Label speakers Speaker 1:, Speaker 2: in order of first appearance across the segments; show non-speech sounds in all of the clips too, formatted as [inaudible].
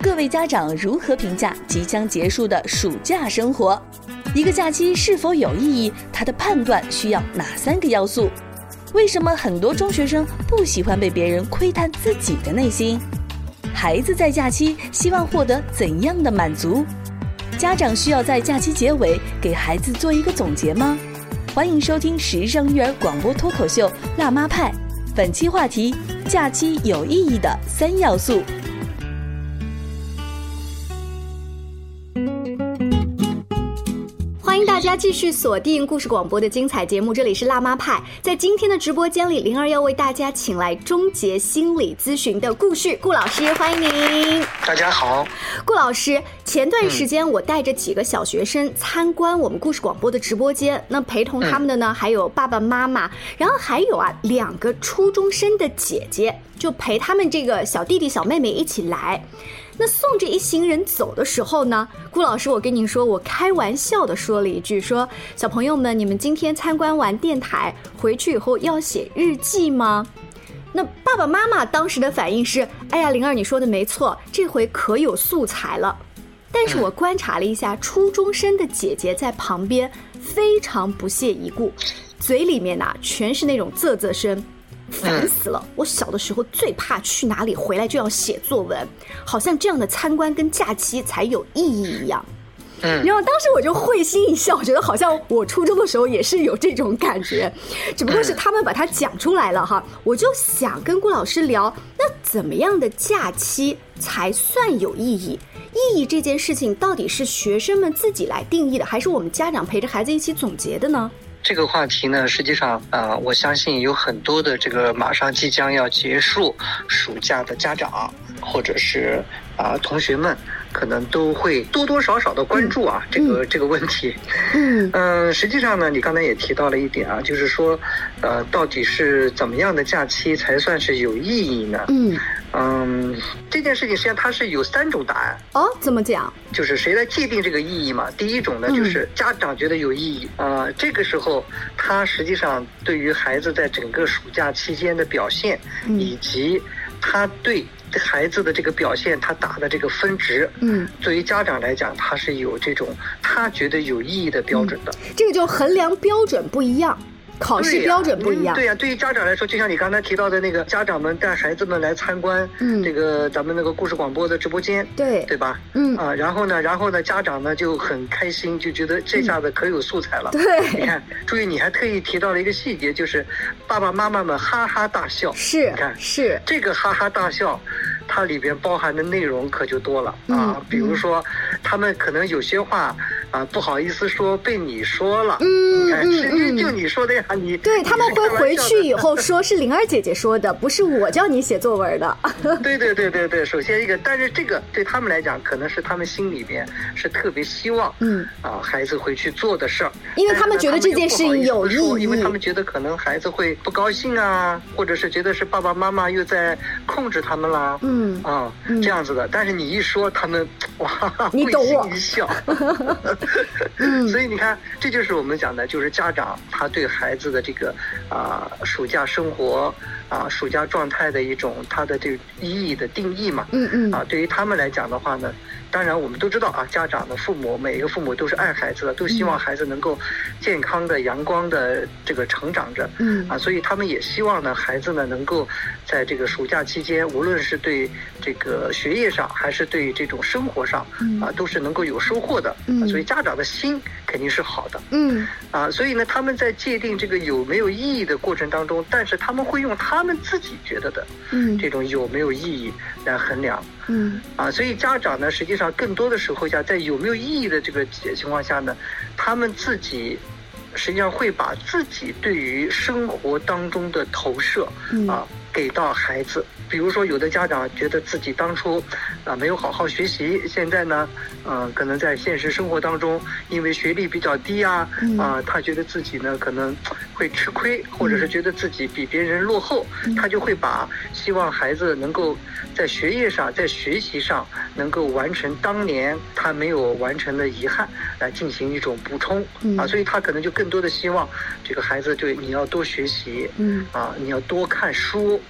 Speaker 1: 各位家长如何评价即将结束的暑假生活？一个假期是否有意义？它的判断需要哪三个要素？为什么很多中学生不喜欢被别人窥探自己的内心？孩子在假期希望获得怎样的满足？家长需要在假期结尾给孩子做一个总结吗？欢迎收听时尚育儿广播脱口秀《辣妈派》，本期话题：假期有意义的三要素。
Speaker 2: 欢迎大家继续锁定故事广播的精彩节目，这里是辣妈派。在今天的直播间里，灵儿要为大家请来终结心理咨询的顾旭顾老师，欢迎您。
Speaker 3: 大家好，
Speaker 2: 顾老师，前段时间我带着几个小学生参观我们故事广播的直播间，那陪同他们的呢还有爸爸妈妈，然后还有啊两个初中生的姐姐，就陪他们这个小弟弟小妹妹一起来。那送这一行人走的时候呢，顾老师，我跟您说，我开玩笑的说了一句，说小朋友们，你们今天参观完电台回去以后要写日记吗？那爸爸妈妈当时的反应是，哎呀，灵儿，你说的没错，这回可有素材了。但是我观察了一下，初中生的姐姐在旁边非常不屑一顾，嘴里面呐、全是那种啧啧声。烦死了！我小的时候最怕去哪里回来就要写作文，好像这样的参观跟假期才有意义一样。
Speaker 3: 嗯
Speaker 2: 然后当时我就会心一笑，我觉得好像我初中的时候也是有这种感觉，只不过
Speaker 3: 嗯
Speaker 2: 是他们把它讲出来了哈。我就想跟顾老师聊，那怎么样的假期才算有意义？意义这件事情到底是学生们自己来定义的，还是我们家长陪着孩子一起总结的呢？
Speaker 3: 这个话题呢，实际上啊、呃我相信有很多的这个马上即将要结束暑假的家长或者是啊、同学们，可能都会多多少少的关注啊、这个这个问题。 [laughs]
Speaker 2: 嗯
Speaker 3: 嗯，实际上呢，你刚才也提到了一点啊，就是说，呃，到底是怎么样的假期才算是有意义呢？
Speaker 2: 嗯，
Speaker 3: 嗯，这件事情实际上它是有三种答案，
Speaker 2: 哦，怎么讲？
Speaker 3: 就是谁来界定这个意义嘛？第一种呢，
Speaker 2: 嗯
Speaker 3: 就是家长觉得有意义啊、呃这个时候他实际上对于孩子在整个暑假期间的表现，
Speaker 2: 嗯
Speaker 3: 以及他对孩子的这个表现，他打的这个分值，
Speaker 2: 嗯。
Speaker 3: 对于家长来讲，他是有这种他觉得有意义的标准的。
Speaker 2: 这个就衡量标准不一样，考试嗯哦
Speaker 3: 对呀
Speaker 2: 标准不一样。
Speaker 3: 嗯对呀、对于家长来说，就像你刚才提到的那个家长们带孩子们来参观
Speaker 2: 嗯
Speaker 3: 这个咱们那个故事广播的直播间，
Speaker 2: 对
Speaker 3: 对吧？
Speaker 2: 嗯
Speaker 3: 啊，然后呢，然后呢，家长呢就很开心，就觉得这下子可有素材
Speaker 2: 嗯
Speaker 3: 了。你
Speaker 2: 对，
Speaker 3: 看，注意，你还特意提到了一个细节，就是爸爸妈妈们哈哈大笑。
Speaker 2: 是
Speaker 3: 你看
Speaker 2: 是，
Speaker 3: 这个哈哈大笑，它里边包含的内容可就多了啊
Speaker 2: 嗯，
Speaker 3: 比如说，他们可能有些话啊不好意思说，被你说了。
Speaker 2: 嗯
Speaker 3: 你看是
Speaker 2: 嗯
Speaker 3: 就就
Speaker 2: 嗯
Speaker 3: 你说的呀，你
Speaker 2: 对
Speaker 3: 你
Speaker 2: 他们
Speaker 3: 是
Speaker 2: 会
Speaker 3: 开玩
Speaker 2: 回
Speaker 3: 笑
Speaker 2: 去
Speaker 3: 的
Speaker 2: 以后说是灵儿姐姐说的，不是我叫你写作文
Speaker 3: [laughs]
Speaker 2: 的。
Speaker 3: 对对对对对，首先一个，但是这个对他们来讲，可能是他们心里边是特别希望，
Speaker 2: 嗯，
Speaker 3: 啊，孩子回去做的事儿，
Speaker 2: 因为他们觉得这件事情有
Speaker 3: 但是呢他们又不好意思说
Speaker 2: 意义
Speaker 3: 因为他们觉得可能孩子会不高兴啊，或者是觉得是爸爸妈妈又在控制他们啦，
Speaker 2: 嗯
Speaker 3: 啊，
Speaker 2: 嗯
Speaker 3: 这样子的。但是你一说，他们 [laughs] 哇，
Speaker 2: 你
Speaker 3: 会
Speaker 2: 懂我
Speaker 3: 心一笑。
Speaker 2: [laughs] 嗯
Speaker 3: [laughs] 所以你看，这就是我们讲的，就是家长他对孩子的这个啊、暑假生活啊、暑假状态的一种他的这个意义的定义嘛。
Speaker 2: 嗯嗯
Speaker 3: 啊，对于他们来讲的话呢，当然我们都知道啊，家长的父母每一个父母都是爱孩子的，都希望孩子能够健康的、阳光的这个成长着。
Speaker 2: 嗯
Speaker 3: 啊，所以他们也希望呢，孩子呢能够在这个暑假期间，无论是对这个学业上，还是对这种生活上，
Speaker 2: 嗯
Speaker 3: 啊，都是能够有收获的。
Speaker 2: 嗯
Speaker 3: 啊所以家长的心肯定是好的
Speaker 2: 嗯，
Speaker 3: 啊，所以呢，他们在界定这个有没有意义的过程当中，但是他们会用他们自己觉得的
Speaker 2: 嗯
Speaker 3: 这种有没有意义来衡量。
Speaker 2: 嗯
Speaker 3: 啊，所以家长呢，实际上更多的时候下，在有没有意义的这个情况下呢，他们自己实际上会把自己对于生活当中的投射
Speaker 2: 嗯
Speaker 3: 啊给到孩子。比如说，有的家长觉得自己当初啊没有好好学习，现在呢，嗯、可能在现实生活当中，因为学历比较低啊，
Speaker 2: 嗯
Speaker 3: 啊，他觉得自己呢可能会吃亏，或者是觉得自己比别人落后，
Speaker 2: 嗯
Speaker 3: 他就会把希望孩子能够在学业上、在学习上能够完成当年他没有完成的遗憾，来进行一种补充、
Speaker 2: 嗯
Speaker 3: 啊，所以他可能就更多的希望这个孩子对你要多学习
Speaker 2: 嗯，
Speaker 3: 啊，你要多看书，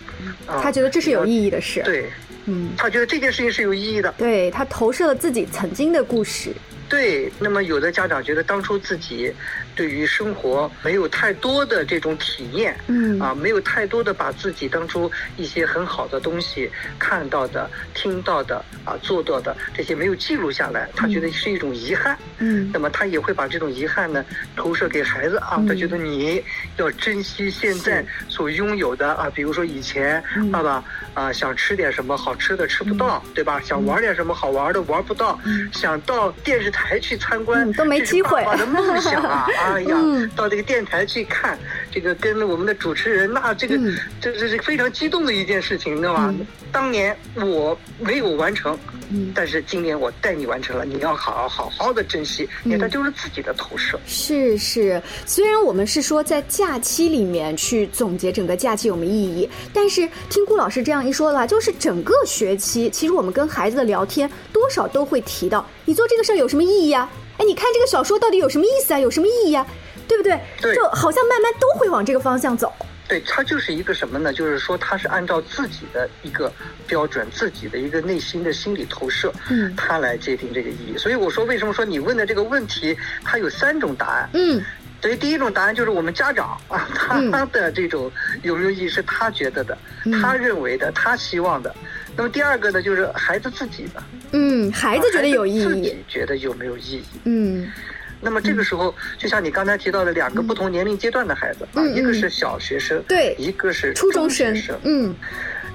Speaker 3: 啊，
Speaker 2: 他觉得这是有意义的事。
Speaker 3: 对，
Speaker 2: 嗯，
Speaker 3: 他觉得这件事情是有意义的。
Speaker 2: 对他投射了自己曾经的故事，
Speaker 3: 对，那么有的家长觉得当初自己对于生活没有太多的这种体验，
Speaker 2: 嗯
Speaker 3: 啊，没有太多的把自己当初一些很好的东西看到的、听到的啊、做到的这些没有记录下来，他觉得是一种遗憾。
Speaker 2: 嗯
Speaker 3: 那么他也会把这种遗憾呢投射给孩子啊
Speaker 2: 嗯，
Speaker 3: 他觉得你要珍惜现在所拥有的啊，比如说以前
Speaker 2: 嗯
Speaker 3: 爸爸啊想吃点什么好吃的吃不到，对吧？想玩点什么好玩的玩不到
Speaker 2: 嗯，
Speaker 3: 想到电视台去参观
Speaker 2: 嗯都没
Speaker 3: 这是
Speaker 2: 机会
Speaker 3: 爸爸的梦想
Speaker 2: [laughs]
Speaker 3: 啊，哎呀
Speaker 2: 嗯，
Speaker 3: 到这个电台去看这个跟我们的主持人，那这个
Speaker 2: 嗯
Speaker 3: 这这是非常激动的一件事情，你知道吧
Speaker 2: 嗯？
Speaker 3: 当年我没有完成，
Speaker 2: 嗯，
Speaker 3: 但是今年我带你完成了，你要好好好的珍惜。
Speaker 2: 嗯
Speaker 3: 你看，它就是自己的投射。
Speaker 2: 是是，虽然我们是说在假期里面去总结整个假期有没有意义，但是听顾老师这样一说的话，就是整个学期，其实我们跟孩子的聊天多少都会提到，你做这个事儿有什么意义啊？哎，你看这个小说到底有什么意思啊？有什么意义啊？对不对？
Speaker 3: 对
Speaker 2: 就好像慢慢都会往这个方向走。
Speaker 3: 对，它就是一个什么呢？就是说，它是按照自己的一个标准，自己的一个内心的心理投射，
Speaker 2: 嗯
Speaker 3: 它来界定这个意义。所以我说，为什么说你问的这个问题，它有三种答案？
Speaker 2: 嗯
Speaker 3: 所以第一种答案就是我们家长啊，
Speaker 2: 嗯
Speaker 3: 他的这种有没有意义是他觉得的，
Speaker 2: 嗯
Speaker 3: 他认为的，他希望的。那么第二个呢，就是孩子自己的，啊
Speaker 2: 嗯，孩子觉得有意
Speaker 3: 自 [laughs]
Speaker 2: 义。
Speaker 3: 己觉得有没有意义？
Speaker 2: 嗯
Speaker 3: 那么这个时候，就像你刚才提到的两个不同年龄阶段的孩子啊，
Speaker 2: 嗯嗯
Speaker 3: 一个是小学生，
Speaker 2: 对
Speaker 3: 一个是
Speaker 2: 初中
Speaker 3: 学
Speaker 2: 生
Speaker 3: 生。
Speaker 2: 嗯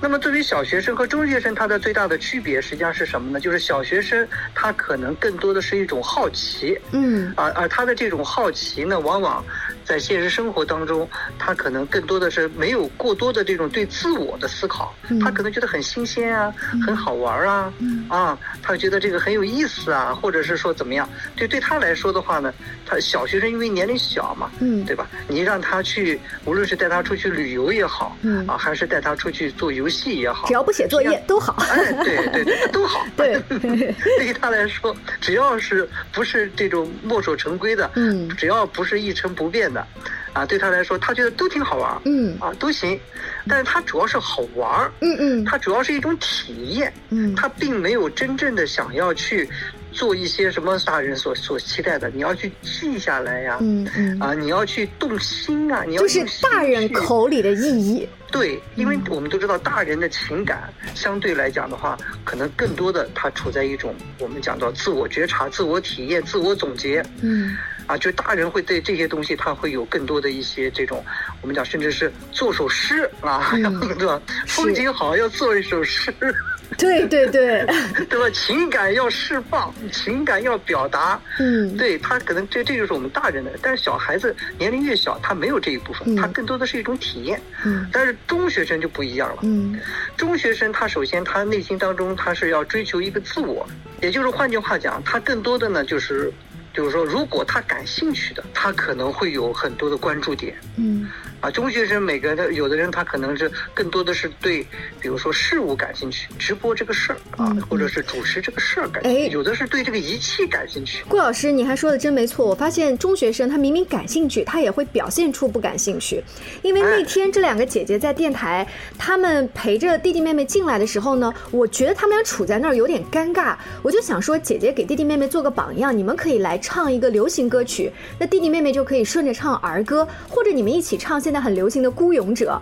Speaker 3: 那么对于小学生和中学生，他的最大的区别实际上是什么呢？就是小学生他可能更多的是一种好奇。
Speaker 2: 嗯
Speaker 3: 啊，而他的这种好奇呢，往往在现实生活当中，他可能更多的是没有过多的这种对自我的思考，
Speaker 2: 嗯
Speaker 3: 他可能觉得很新鲜啊，很好玩啊，
Speaker 2: 嗯
Speaker 3: 啊，他觉得这个很有意思啊，或者是说怎么样？对，对他来说的话呢，他小学生因为年龄小嘛，
Speaker 2: 嗯
Speaker 3: 对吧？你让他去，无论是带他出去旅游也好，
Speaker 2: 嗯
Speaker 3: 啊，还是带他出去做游戏也好
Speaker 2: 只，要不写作业都好。
Speaker 3: [laughs] 哎，对对对，都好。
Speaker 2: 对
Speaker 3: [laughs] 对于他来说，只要是不是这种墨守成规的，
Speaker 2: 嗯
Speaker 3: 只要不是一成不变的，啊，对他来说，他觉得都挺好玩儿，
Speaker 2: 嗯
Speaker 3: 啊，都行。但是他主要是好玩儿，
Speaker 2: 嗯嗯
Speaker 3: 它主要是一种体验，
Speaker 2: 嗯
Speaker 3: 他并没有真正的想要去做一些什么大人所所期待的，你要去记下来呀、
Speaker 2: 嗯嗯，
Speaker 3: 啊，你要去动心啊，你要
Speaker 2: 就是
Speaker 3: 用心
Speaker 2: 大人
Speaker 3: 去
Speaker 2: 口里的意义。
Speaker 3: 对，因为我们都知道，大人的情感相对来讲的话，可能更多的他处在一种我们讲到自我觉察、自我体验、自我总结
Speaker 2: 嗯
Speaker 3: 啊，就大人会对这些东西，他会有更多的一些这种我们讲，甚至是做首诗啊，
Speaker 2: 嗯
Speaker 3: [laughs] 对吧？风景好要做一首诗，， [laughs]
Speaker 2: 对对对，
Speaker 3: 对吧？情感要释放，情感要表达，
Speaker 2: 嗯，
Speaker 3: 对他可能这这就是我们大人的，但是小孩子年龄越小，他没有这一部
Speaker 2: 嗯
Speaker 3: 分，他更多的是一种体验。
Speaker 2: 嗯
Speaker 3: 但是中学生就不一样了。
Speaker 2: 嗯
Speaker 3: 中学生他首先他内心当中他是要追求一个自我，也就是换句话讲，他更多的呢就是，就是说如果他感兴趣的，他可能会有很多的关注点
Speaker 2: 嗯
Speaker 3: 啊。中学生每个人有的人他可能是更多的是对，比如说事物感兴趣，直播这个事儿啊
Speaker 2: 嗯，
Speaker 3: 或者是主持这个事儿感
Speaker 2: 哎
Speaker 3: 兴趣，有的是对这个仪器感兴趣。
Speaker 2: 顾老师，你还说的真没错。我发现中学生他明明感兴趣，他也会表现出不感兴趣。因为那天这两个姐姐在电台，她们陪着弟弟妹妹进来的时候呢，我觉得他们俩处在那儿有点尴尬。我就想说，姐姐给弟弟妹妹做个榜样，你们可以来唱一个流行歌曲，那弟弟妹妹就可以顺着唱儿歌，或者你们一起唱现在很流行的《孤勇者》。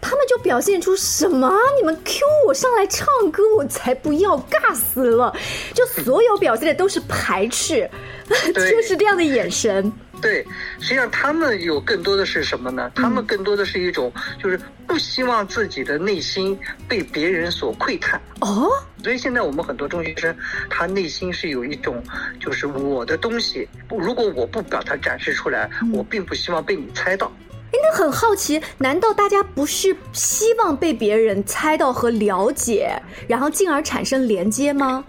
Speaker 2: 他们就表现出什么？你们 Q 我上来唱歌，我才不要，尬死了！就所有表现的都是排斥， [laughs]
Speaker 3: 对
Speaker 2: 就是这样的眼神。
Speaker 3: 对，实际上他们有更多的是什么呢？他
Speaker 2: 嗯
Speaker 3: 们更多的是一种，就是不希望自己的内心被别人所窥探。
Speaker 2: 哦，
Speaker 3: 所以现在我们很多中学生，他内心是有一种，就是我的东西，不如果我不把它展示出来，我并不希望被你猜到。
Speaker 2: 哎，那很好奇，难道大家不是希望被别人猜到和了解，然后进而产生连接吗？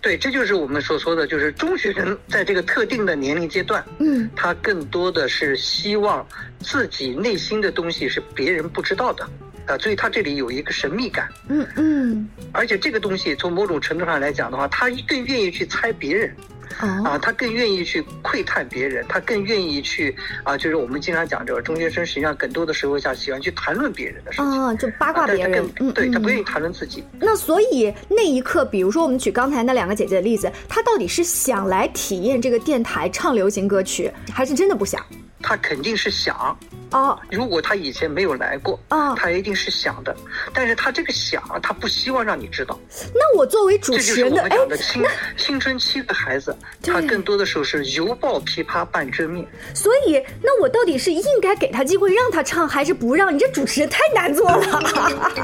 Speaker 3: 对，这就是我们所说的，就是中学生在这个特定的年龄阶段，
Speaker 2: 嗯
Speaker 3: 他更多的是希望自己内心的东西是别人不知道的，啊，所以他这里有一个神秘感，
Speaker 2: 嗯嗯
Speaker 3: 而且这个东西从某种程度上来讲的话，他更愿意去猜别人。
Speaker 2: 哦，
Speaker 3: 啊，他更愿意去窥探别人，他更愿意去啊，就是我们经常讲这个中学生，实际上更多的时候下喜欢去谈论别人的事情，
Speaker 2: 哦，就八
Speaker 3: 八
Speaker 2: 卦别人，嗯，
Speaker 3: 啊对他
Speaker 2: 嗯
Speaker 3: 不愿意谈论自己。
Speaker 2: 那所以那一刻，比如说我们举刚才那两个姐姐的例子，她到底是想来体验这个电台唱流行歌曲，还是真的不想？
Speaker 3: 他肯定是想，
Speaker 2: 哦
Speaker 3: 如果他以前没有来过，
Speaker 2: 哦，
Speaker 3: 他一定是想的，但是他这个想，他不希望让你知道，
Speaker 2: 那我作为主
Speaker 3: 这就
Speaker 2: 持
Speaker 3: 是
Speaker 2: 人
Speaker 3: 我
Speaker 2: 的，
Speaker 3: 们
Speaker 2: 哎，
Speaker 3: 讲的
Speaker 2: [laughs]
Speaker 3: 青青春期的孩子，
Speaker 2: 对
Speaker 3: 他更多的时候是犹抱琵琶半遮面。
Speaker 2: 所以那我到底是应该给她机会让她唱，还是不让？你这主持人太难做了。 [laughs]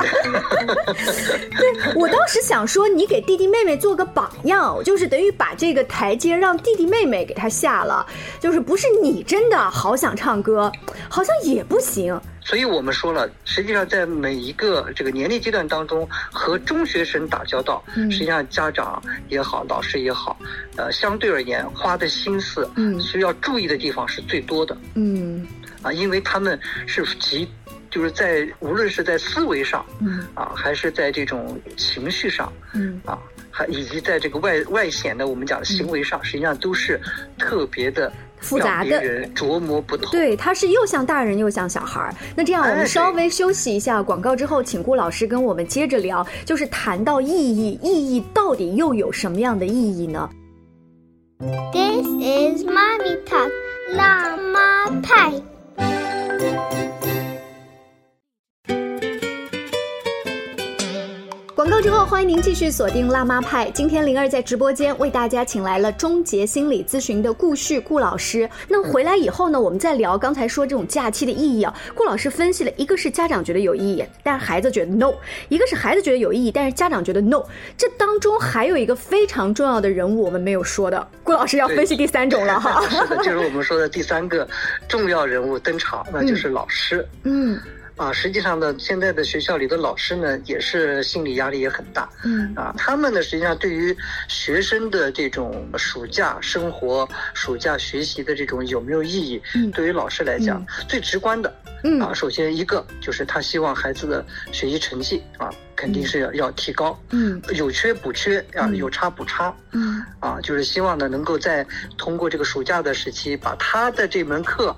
Speaker 2: 对我当时想说，你给弟弟妹妹做个榜样，就是等于把这个台阶让弟弟妹妹给她下了，就是不是你真的好想唱歌，好像也不行。
Speaker 3: 所以我们说了，实际上在每一个这个年龄阶段当中，和中学生打交道，
Speaker 2: 嗯
Speaker 3: 实际上家长也好，老师也好，呃，相对而言花的心思，
Speaker 2: 嗯
Speaker 3: 需要注意的地方是最多的
Speaker 2: 嗯
Speaker 3: 啊，因为他们是极，就是在无论是在思维上
Speaker 2: 嗯
Speaker 3: 啊，还是在这种情绪上
Speaker 2: 嗯
Speaker 3: 啊，还以及在这个外外显的我们讲的行为上，实际上都是特别的
Speaker 2: 复杂的
Speaker 3: 让别人琢磨不透。
Speaker 2: 对，他是又像大人又像小孩儿。那这样，我们
Speaker 3: 哎
Speaker 2: 稍微休息一下广告之后，请顾老师跟我们接着聊，就是谈到意义，意义到底又有什么样的意义呢？
Speaker 4: This is Mommy Talk. Llama Pie.
Speaker 2: 广告之后，欢迎您继续锁定辣妈派。今天灵儿在直播间为大家请来了终结心理咨询的顾旭顾老师。那回来以后呢，我们再聊刚才说这种假期的意义啊。顾老师分析了一个是家长觉得有意义，但是孩子觉得 no；一个是孩子觉得有意义，但是家长觉得 no。这当中还有一个非常重要的人物我们没有说的，顾老师要分析第三种了哈。
Speaker 3: [laughs] 是的，就是我们说的第三个重要人物登场，那就是老师、
Speaker 2: 嗯
Speaker 3: 啊。实际上呢，现在的学校里的老师呢，也是心理压力也很大
Speaker 2: 嗯
Speaker 3: 啊。他们呢，实际上对于学生的这种暑假生活、暑假学习的这种有没有意义，
Speaker 2: 嗯
Speaker 3: 对于老师来讲，最直观的啊，
Speaker 2: 嗯
Speaker 3: 首先一个就是他希望孩子的学习成绩啊，肯定是要要提高，
Speaker 2: 嗯
Speaker 3: 有缺补缺啊，
Speaker 2: 嗯
Speaker 3: 有差补差。
Speaker 2: 嗯
Speaker 3: 啊，就是希望呢能够在通过这个暑假的时期，把他的这门课，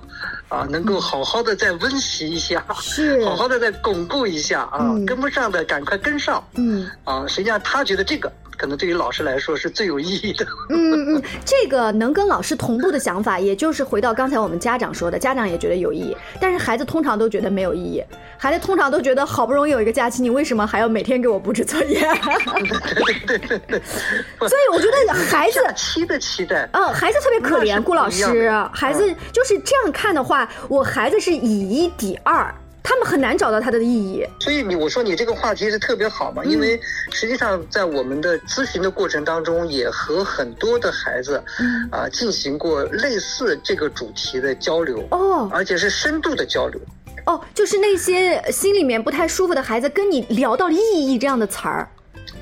Speaker 3: 啊，能够好好的再温习一下，
Speaker 2: 嗯是
Speaker 3: [laughs] 好好的再巩固一下啊，
Speaker 2: 嗯
Speaker 3: 跟不上的赶快跟上
Speaker 2: 嗯。
Speaker 3: 啊。实际上他觉得这个可能对于老师来说是最有意义的， [laughs]
Speaker 2: 嗯， [laughs] 嗯，这个能跟老师同步的想法，也就是回到刚才我们家长说的，家长也觉得有意义，但是孩子通常都觉得没有意义，孩子通常都觉得好不容易有一个假期，你为什么还要每天给我布置作 [laughs] 业？所以我觉得孩子
Speaker 3: 假期的期待。
Speaker 2: 嗯，孩子特别可
Speaker 3: 那
Speaker 2: 怜，
Speaker 3: 是
Speaker 2: 顾老
Speaker 3: 不一
Speaker 2: 师
Speaker 3: 样的，嗯
Speaker 2: 孩子就是这样看的话，我孩子是以一抵二，他们很难找到他的意义。
Speaker 3: 所以你我说你这个话题是特别好嘛，因
Speaker 2: 嗯
Speaker 3: 为实际上在我们的咨询的过程当中，也和很多的孩子
Speaker 2: 嗯，
Speaker 3: 啊进行过类似这个主题的交流，
Speaker 2: 哦
Speaker 3: 而且是深度的交流。
Speaker 2: 哦，就是那些心里面不太舒服的孩子，跟你聊到了意义这样的词儿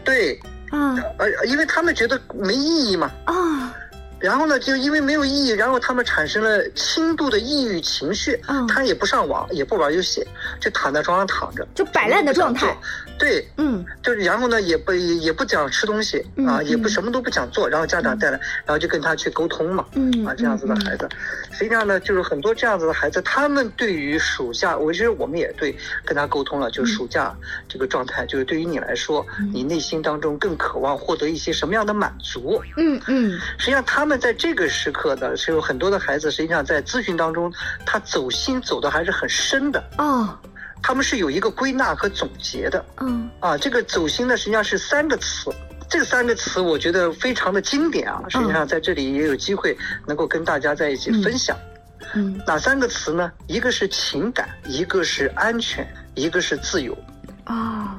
Speaker 3: 对，
Speaker 2: 啊
Speaker 3: 而因为他们觉得没意义嘛，
Speaker 2: 啊。
Speaker 3: 然后呢，就因为没有意义，然后他们产生了轻度的抑郁情绪，
Speaker 2: 嗯
Speaker 3: 他也不上网，也不玩游戏，就躺在床上躺着，
Speaker 2: 就摆烂的状态。
Speaker 3: 对，
Speaker 2: 嗯
Speaker 3: 就是然后呢，也不也也不讲吃东西
Speaker 2: 嗯
Speaker 3: 啊，也
Speaker 2: 嗯
Speaker 3: 不什么都不想做，然后家长带来，然后就跟他去沟通嘛。
Speaker 2: 嗯
Speaker 3: 啊，这样子的孩子，实际上呢，就是很多这样子的孩子，他们对于暑假，我觉得我们也对跟他沟通了，
Speaker 2: 嗯
Speaker 3: 就是暑假这个状态，就是对于你来说，你内心当中更渴望获得一些什么样的满足？
Speaker 2: 嗯嗯
Speaker 3: 实际上，他们在这个时刻呢，是有很多的孩子，实际上在咨询当中，他走心走的还是很深的，
Speaker 2: 哦
Speaker 3: 他们是有一个归纳和总结的
Speaker 2: 嗯
Speaker 3: 啊。这个走心呢，实际上是三个词。这三个词我觉得非常的经典啊，
Speaker 2: 嗯
Speaker 3: 实际上在这里也有机会能够跟大家在一起分享。
Speaker 2: 嗯
Speaker 3: 哪三个词呢？一个是情感，一个是安全，一个是自由。
Speaker 2: 啊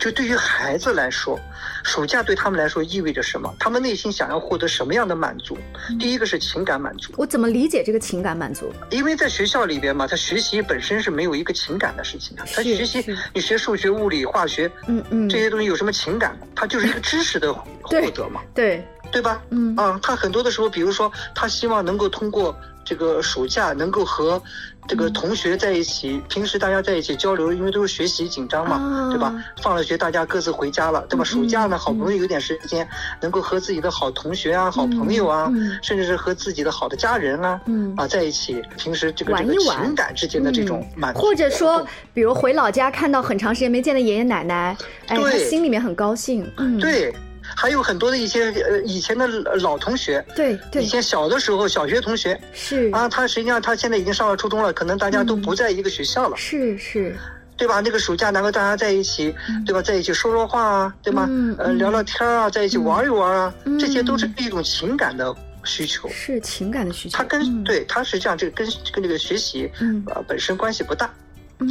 Speaker 3: 就对于孩子来说，暑假对他们来说意味着什么？他们内心想要获得什么样的满足？
Speaker 2: 嗯
Speaker 3: 第一个是情感满足，
Speaker 2: 我怎么理解这个情感满足？
Speaker 3: 因为在学校里边嘛，他学习本身是没有一个情感的事情的。他
Speaker 2: 是
Speaker 3: 学习
Speaker 2: 是，
Speaker 3: 你学数学、物理、化学
Speaker 2: 嗯嗯
Speaker 3: 这些东西有什么情感？它就是一个知识的获
Speaker 2: 对
Speaker 3: 得嘛，
Speaker 2: 对，
Speaker 3: 对吧？
Speaker 2: 嗯
Speaker 3: 哦啊，他很多的时候，比如说，他希望能够通过这个暑假能够和这个同学在一起，平时大家在一起交流，因为都是学习紧张嘛，嗯
Speaker 2: 啊
Speaker 3: 对吧？放了学大家各自回家了，对吧？暑假呢，好不容易有点时间，能够和自己的好同学啊、好朋友啊，
Speaker 2: 嗯
Speaker 3: 甚至是和自己的好的家人啊，
Speaker 2: 嗯
Speaker 3: 啊在一起，平时这个这
Speaker 2: 玩
Speaker 3: 个
Speaker 2: 一玩
Speaker 3: 情感之间的这种满足，
Speaker 2: 或者说，比如回老家看到很长时间没见的爷爷奶奶，哎，
Speaker 3: 对
Speaker 2: 他心里面很高兴。嗯，
Speaker 3: 对，还有很多的一些呃以前的老同学，
Speaker 2: 对
Speaker 3: 以
Speaker 2: 对，
Speaker 3: 前小的时候小学同学
Speaker 2: 是
Speaker 3: 啊，他实际上他现在已经上了初中了，可能大家都
Speaker 2: 嗯
Speaker 3: 不在一个学校了，
Speaker 2: 是是，
Speaker 3: 对吧？那个暑假能够大家在一起，对吧？在一起说说话啊，对吧？
Speaker 2: 嗯
Speaker 3: 呃，
Speaker 2: 嗯
Speaker 3: 聊聊天啊，在一起玩一玩啊，
Speaker 2: 嗯
Speaker 3: 这些都是一种情感的需求。
Speaker 2: 是情感的需求。
Speaker 3: 它跟、
Speaker 2: 嗯，
Speaker 3: 对它实际上这个跟跟这个学习
Speaker 2: 嗯
Speaker 3: 呃本身关系不大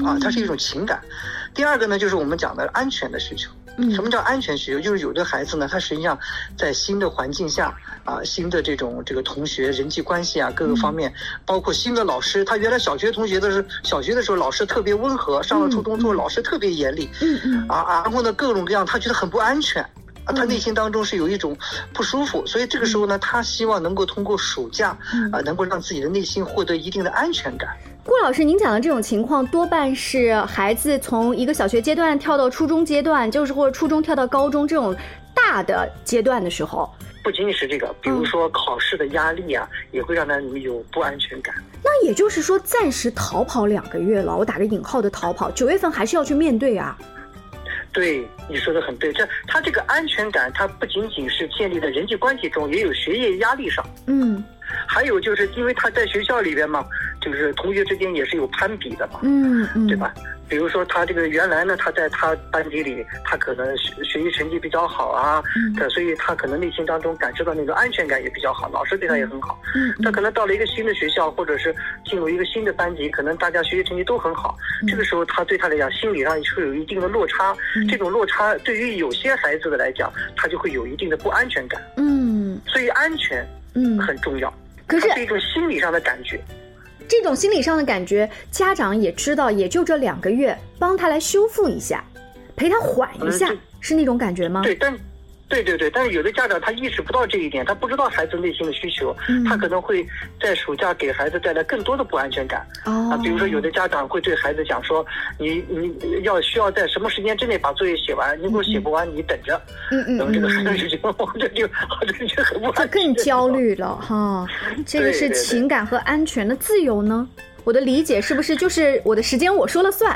Speaker 3: 啊，它是一种情感。第二个呢，就是我们讲的安全的需求。
Speaker 2: 嗯
Speaker 3: 什么叫安全需求？就是有的孩子呢，他实际上在新的环境下啊，新的这种这个同学人际关系啊，各个方
Speaker 2: 嗯
Speaker 3: 面，包括新的老师，他原来小学同学的时候，小学的时候老师特别温和，上了初中之后老师特别严厉，
Speaker 2: 嗯嗯
Speaker 3: 啊啊，然后呢各种各样，他觉得很不安全。啊，他
Speaker 2: 嗯
Speaker 3: 内心当中是有一种不舒服，所以这个时候呢，他希望能够通过暑假
Speaker 2: 嗯
Speaker 3: 啊，能够让自己的内心获得一定的安全感。
Speaker 2: 顾老师，您讲的这种情况多半是孩子从一个小学阶段跳到初中阶段，就是或者初中跳到高中这种大的阶段的时候。
Speaker 3: 不仅仅是这个，比
Speaker 2: 嗯
Speaker 3: 如说考试的压力啊，也会让他有不安全感。
Speaker 2: 那也就是说，暂时逃跑两个月了，我打个引号的逃跑，九月份还是要去面对啊。
Speaker 3: 对，你说的很对。这他这个安全感，它不仅仅是建立在人际关系中，也有学业压力上，
Speaker 2: 嗯
Speaker 3: 还有就是因为他在学校里边嘛，就是同学之间也是有攀比的嘛，
Speaker 2: 嗯嗯，
Speaker 3: 对？吧？比如说他这个原来呢，他在他班级里，他可能学学习成绩比较好啊，
Speaker 2: 嗯
Speaker 3: 他所以他可能内心当中感受到那种安全感也比较好，老师对他也很好。
Speaker 2: 嗯
Speaker 3: 他可能到了一个新的学校，或者是进入一个新的班级，可能大家学习成绩都很好，
Speaker 2: 嗯
Speaker 3: 这个时候他对他来讲心理上会有一定的落差，
Speaker 2: 嗯
Speaker 3: 这种落差对于有些孩子的来讲，他就会有一定的不安全感，
Speaker 2: 嗯
Speaker 3: 所以安全
Speaker 2: 嗯。
Speaker 3: 很重要，
Speaker 2: 可是
Speaker 3: 它是一种心理上的感觉。
Speaker 2: 这种心理上的感觉，家长也知道，也就这两个月，帮他来修复一下，陪他缓一下，
Speaker 3: 嗯
Speaker 2: 是那种感觉吗？
Speaker 3: 对，但对对对，但是有的家长他意识不到这一点，他不知道孩子内心的需求，
Speaker 2: 嗯
Speaker 3: 他可能会在暑假给孩子带来更多的不安全感。
Speaker 2: 哦，
Speaker 3: 啊，比如说有的家长会对孩子讲说，你你要需要在什么时间之内把作业写完，你如果写不完，你等着，
Speaker 2: 嗯嗯
Speaker 3: 然后这个
Speaker 2: 嗯嗯
Speaker 3: 孩子就觉 [laughs] 得我这就我这就
Speaker 2: [laughs]
Speaker 3: 很不
Speaker 2: 就
Speaker 3: 安
Speaker 2: 更
Speaker 3: 全
Speaker 2: 焦。虑了哈。这个是
Speaker 3: 对对
Speaker 2: 情感和安全的自由呢？我的理解是不是就是我的时间我说了算？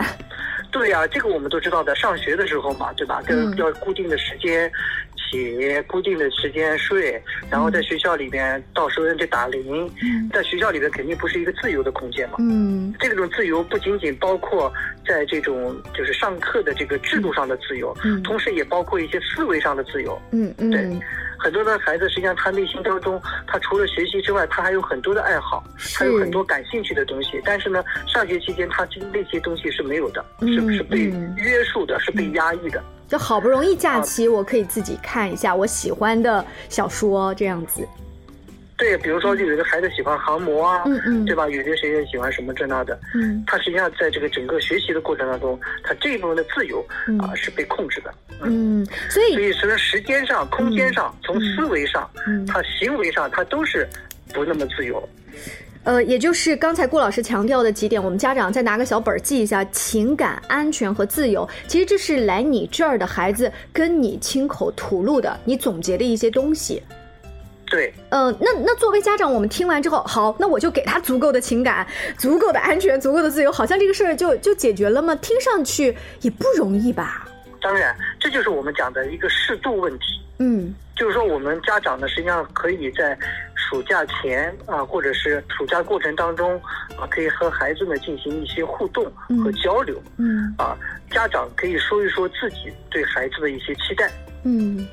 Speaker 3: 对呀、这个我们都知道的，上学的时候嘛，对吧？跟
Speaker 2: 嗯
Speaker 3: 要固定的时间起，固定的时间睡，然后在学校里边到时候得打铃，在学校里边肯定不是一个自由的空间嘛。
Speaker 2: 嗯
Speaker 3: 这种自由不仅仅包括在这种就是上课的这个制度上的自由，
Speaker 2: 嗯
Speaker 3: 同时也包括一些思维上的自由。
Speaker 2: 嗯嗯
Speaker 3: 对，很多的孩子实际上他内心当中，他除了学习之外，他还有很多的爱好，
Speaker 2: 是
Speaker 3: 还有很多感兴趣的东西。但是呢，上学期间他这那些东西是没有的，
Speaker 2: 嗯
Speaker 3: 是是被
Speaker 2: 嗯
Speaker 3: 约束的，是被压抑的。
Speaker 2: 就好不容易假
Speaker 3: 啊
Speaker 2: 期我可以自己看一下我喜欢的小说这样子。
Speaker 3: 对，比如说有的孩子喜欢航模啊，
Speaker 2: 嗯嗯
Speaker 3: 对吧？有的谁喜欢什么这那的，
Speaker 2: 嗯
Speaker 3: 他实际上在这个整个学习的过程当中，他这一部分的自由
Speaker 2: 嗯
Speaker 3: 啊、是被控制的。
Speaker 2: 嗯，所
Speaker 3: 所
Speaker 2: 以
Speaker 3: 以从时间上、空间上、从思维上、
Speaker 2: 嗯
Speaker 3: 他行为上，他都是不那么自由。
Speaker 2: 呃，也就是刚才顾老师强调的几点，我们家长再拿个小本儿记一下：情感、安全和自由。其实这是来你这儿的孩子跟你亲口吐露的，你总结的一些东西。
Speaker 3: 对，
Speaker 2: 呃，那那作为家长，我们听完之后，好，那我就给他足够的情感、足够的安全、足够的自由，好像这个事儿就就解决了吗？听上去也不容易吧？
Speaker 3: 当然，这就是我们讲的一个适度问题。
Speaker 2: 嗯
Speaker 3: 就是说，我们家长呢，实际上可以在暑假前啊，或者是暑假过程当中啊，可以和孩子呢进行一些互动
Speaker 2: 嗯
Speaker 3: 和交流、
Speaker 2: 嗯
Speaker 3: 啊。家长可以说一说自己对孩子的一些期待，
Speaker 2: 嗯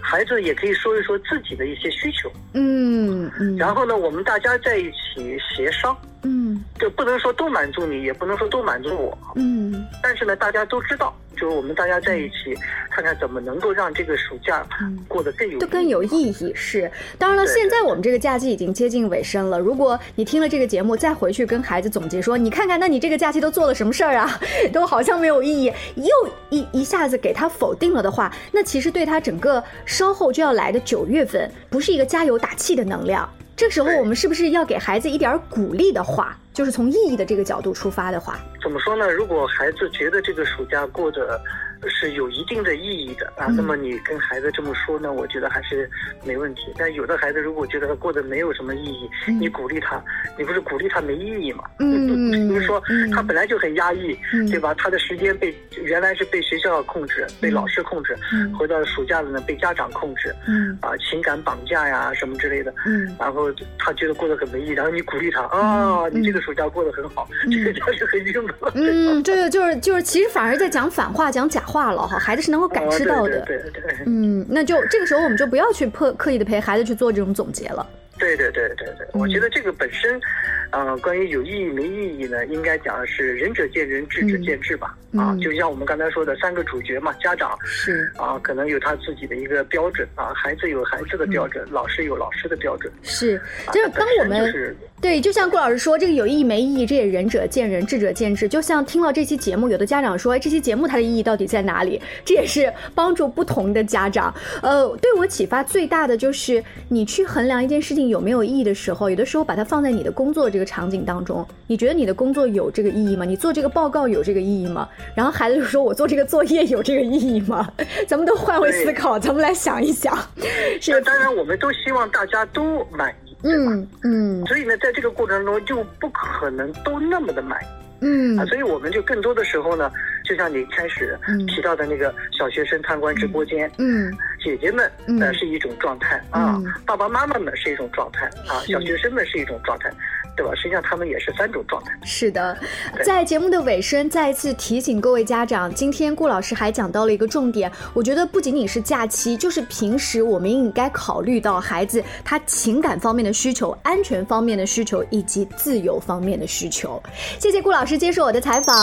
Speaker 3: 孩子也可以说一说自己的一些需求。
Speaker 2: 嗯嗯，
Speaker 3: 然后呢，我们大家在一起协商，
Speaker 2: 嗯
Speaker 3: 就不能说都满足你，也不能说都满足我，
Speaker 2: 嗯
Speaker 3: 但是呢，大家都知道，就是我们大家在一起，看看怎么能够让这个暑假
Speaker 2: 嗯
Speaker 3: 过得更有
Speaker 2: 都更有意义是。当然了，
Speaker 3: 对
Speaker 2: 现在我们这个假期已经接近尾声了。如果你听了这个节目，再回去跟孩子总结说，你看看，那你这个假期都做了什么事儿啊？ [laughs] 都好像没有意义，又一一下子给他否定了的话，那其实对他整个稍后就要来的九月份，不是一个加油打气的能量。这时候我们是不是要给孩子一点鼓励的话？就是从意义的这个角度出发的话，
Speaker 3: 怎么说呢？如果孩子觉得这个暑假过得是有一定的意义的啊，
Speaker 2: 嗯
Speaker 3: 那么你跟孩子这么说呢，我觉得还是没问题。但有的孩子如果觉得他过得没有什么意义，
Speaker 2: 嗯
Speaker 3: 你鼓励他，你不是鼓励他没意义吗？
Speaker 2: 嗯
Speaker 3: 比如说
Speaker 2: 嗯
Speaker 3: 他本 [laughs] 来就很压抑，
Speaker 2: 嗯
Speaker 3: 对吧？他的时间被原来是被学校控制，被老师控制，
Speaker 2: 嗯
Speaker 3: 回到暑假了呢被家长控制，
Speaker 2: 嗯
Speaker 3: 啊，情感绑架呀什么之类的。
Speaker 2: 嗯
Speaker 3: 然后他觉得过得很没意义，然后你鼓励他啊，
Speaker 2: 嗯
Speaker 3: 你这个暑假过得很好，
Speaker 2: 嗯
Speaker 3: 这个假是很郁闷。
Speaker 2: 嗯，这个就是就是，其实反而在讲反话、讲假话了哈，孩子是能够感知到的。
Speaker 3: 啊对对对对
Speaker 2: 嗯，那就这个时候我们就不要去刻刻意的陪孩子去做这种总结了。
Speaker 3: 对对对对对，我觉
Speaker 2: 嗯
Speaker 3: 得这个本身，呃，关于有意义没意义呢，应该讲是仁者见仁，智者见智
Speaker 2: 嗯
Speaker 3: 吧。啊
Speaker 2: 嗯，
Speaker 3: 就像我们刚才说的三个主角嘛，家长
Speaker 2: 是
Speaker 3: 啊，可能有他自己的一个标准啊，孩子有孩子的标准，老师有老师的标准。
Speaker 2: 是，
Speaker 3: 啊
Speaker 2: 嗯就是当我
Speaker 3: 本身
Speaker 2: 们
Speaker 3: 就是
Speaker 2: 对，就像顾老师说，这个有意义没意义，这也仁者见仁，智者见智。就像听了这期节目，有的家长说，哎，这期节目它的意义到底在哪里？这也是帮助不同的家长。呃，对我启发最大的就是，你去衡量一件事情有没有意义的时候，有的时候把它放在你的工作这个场景当中，你觉得你的工作有这个意义吗？你做这个报告有这个意义吗？然后孩子就说，我做这个作业有这个意义吗？ [laughs] 咱们都换位思
Speaker 3: 对呃
Speaker 2: 考，咱们来想一想，
Speaker 3: 那
Speaker 2: 是，
Speaker 3: 当然，我们都希望大家都满意，对吧？
Speaker 2: 嗯嗯
Speaker 3: 所以呢，在这个过程中就不可能都那么的满意。
Speaker 2: 嗯
Speaker 3: 啊，所以我们就更多的时候呢，就像你开始
Speaker 2: 嗯
Speaker 3: 提到的那个小学生参观直播间，
Speaker 2: 嗯
Speaker 3: 姐姐们
Speaker 2: 嗯
Speaker 3: 呃是一种状态啊，
Speaker 2: 嗯
Speaker 3: 爸爸妈妈们是一种状态啊，
Speaker 2: 是
Speaker 3: 小学生们是一种状态，对吧？实际上他们也是三种状态。
Speaker 2: 是的，
Speaker 3: 对
Speaker 2: 在节目的尾声，再一次提醒各位家长，今天顾老师还讲到了一个重点，我觉得不仅仅是假期，就是平时我们应该考虑到孩子他情感方面的需求、安全方面的需求以及自由方面的需求。谢谢顾老师接受我的采访。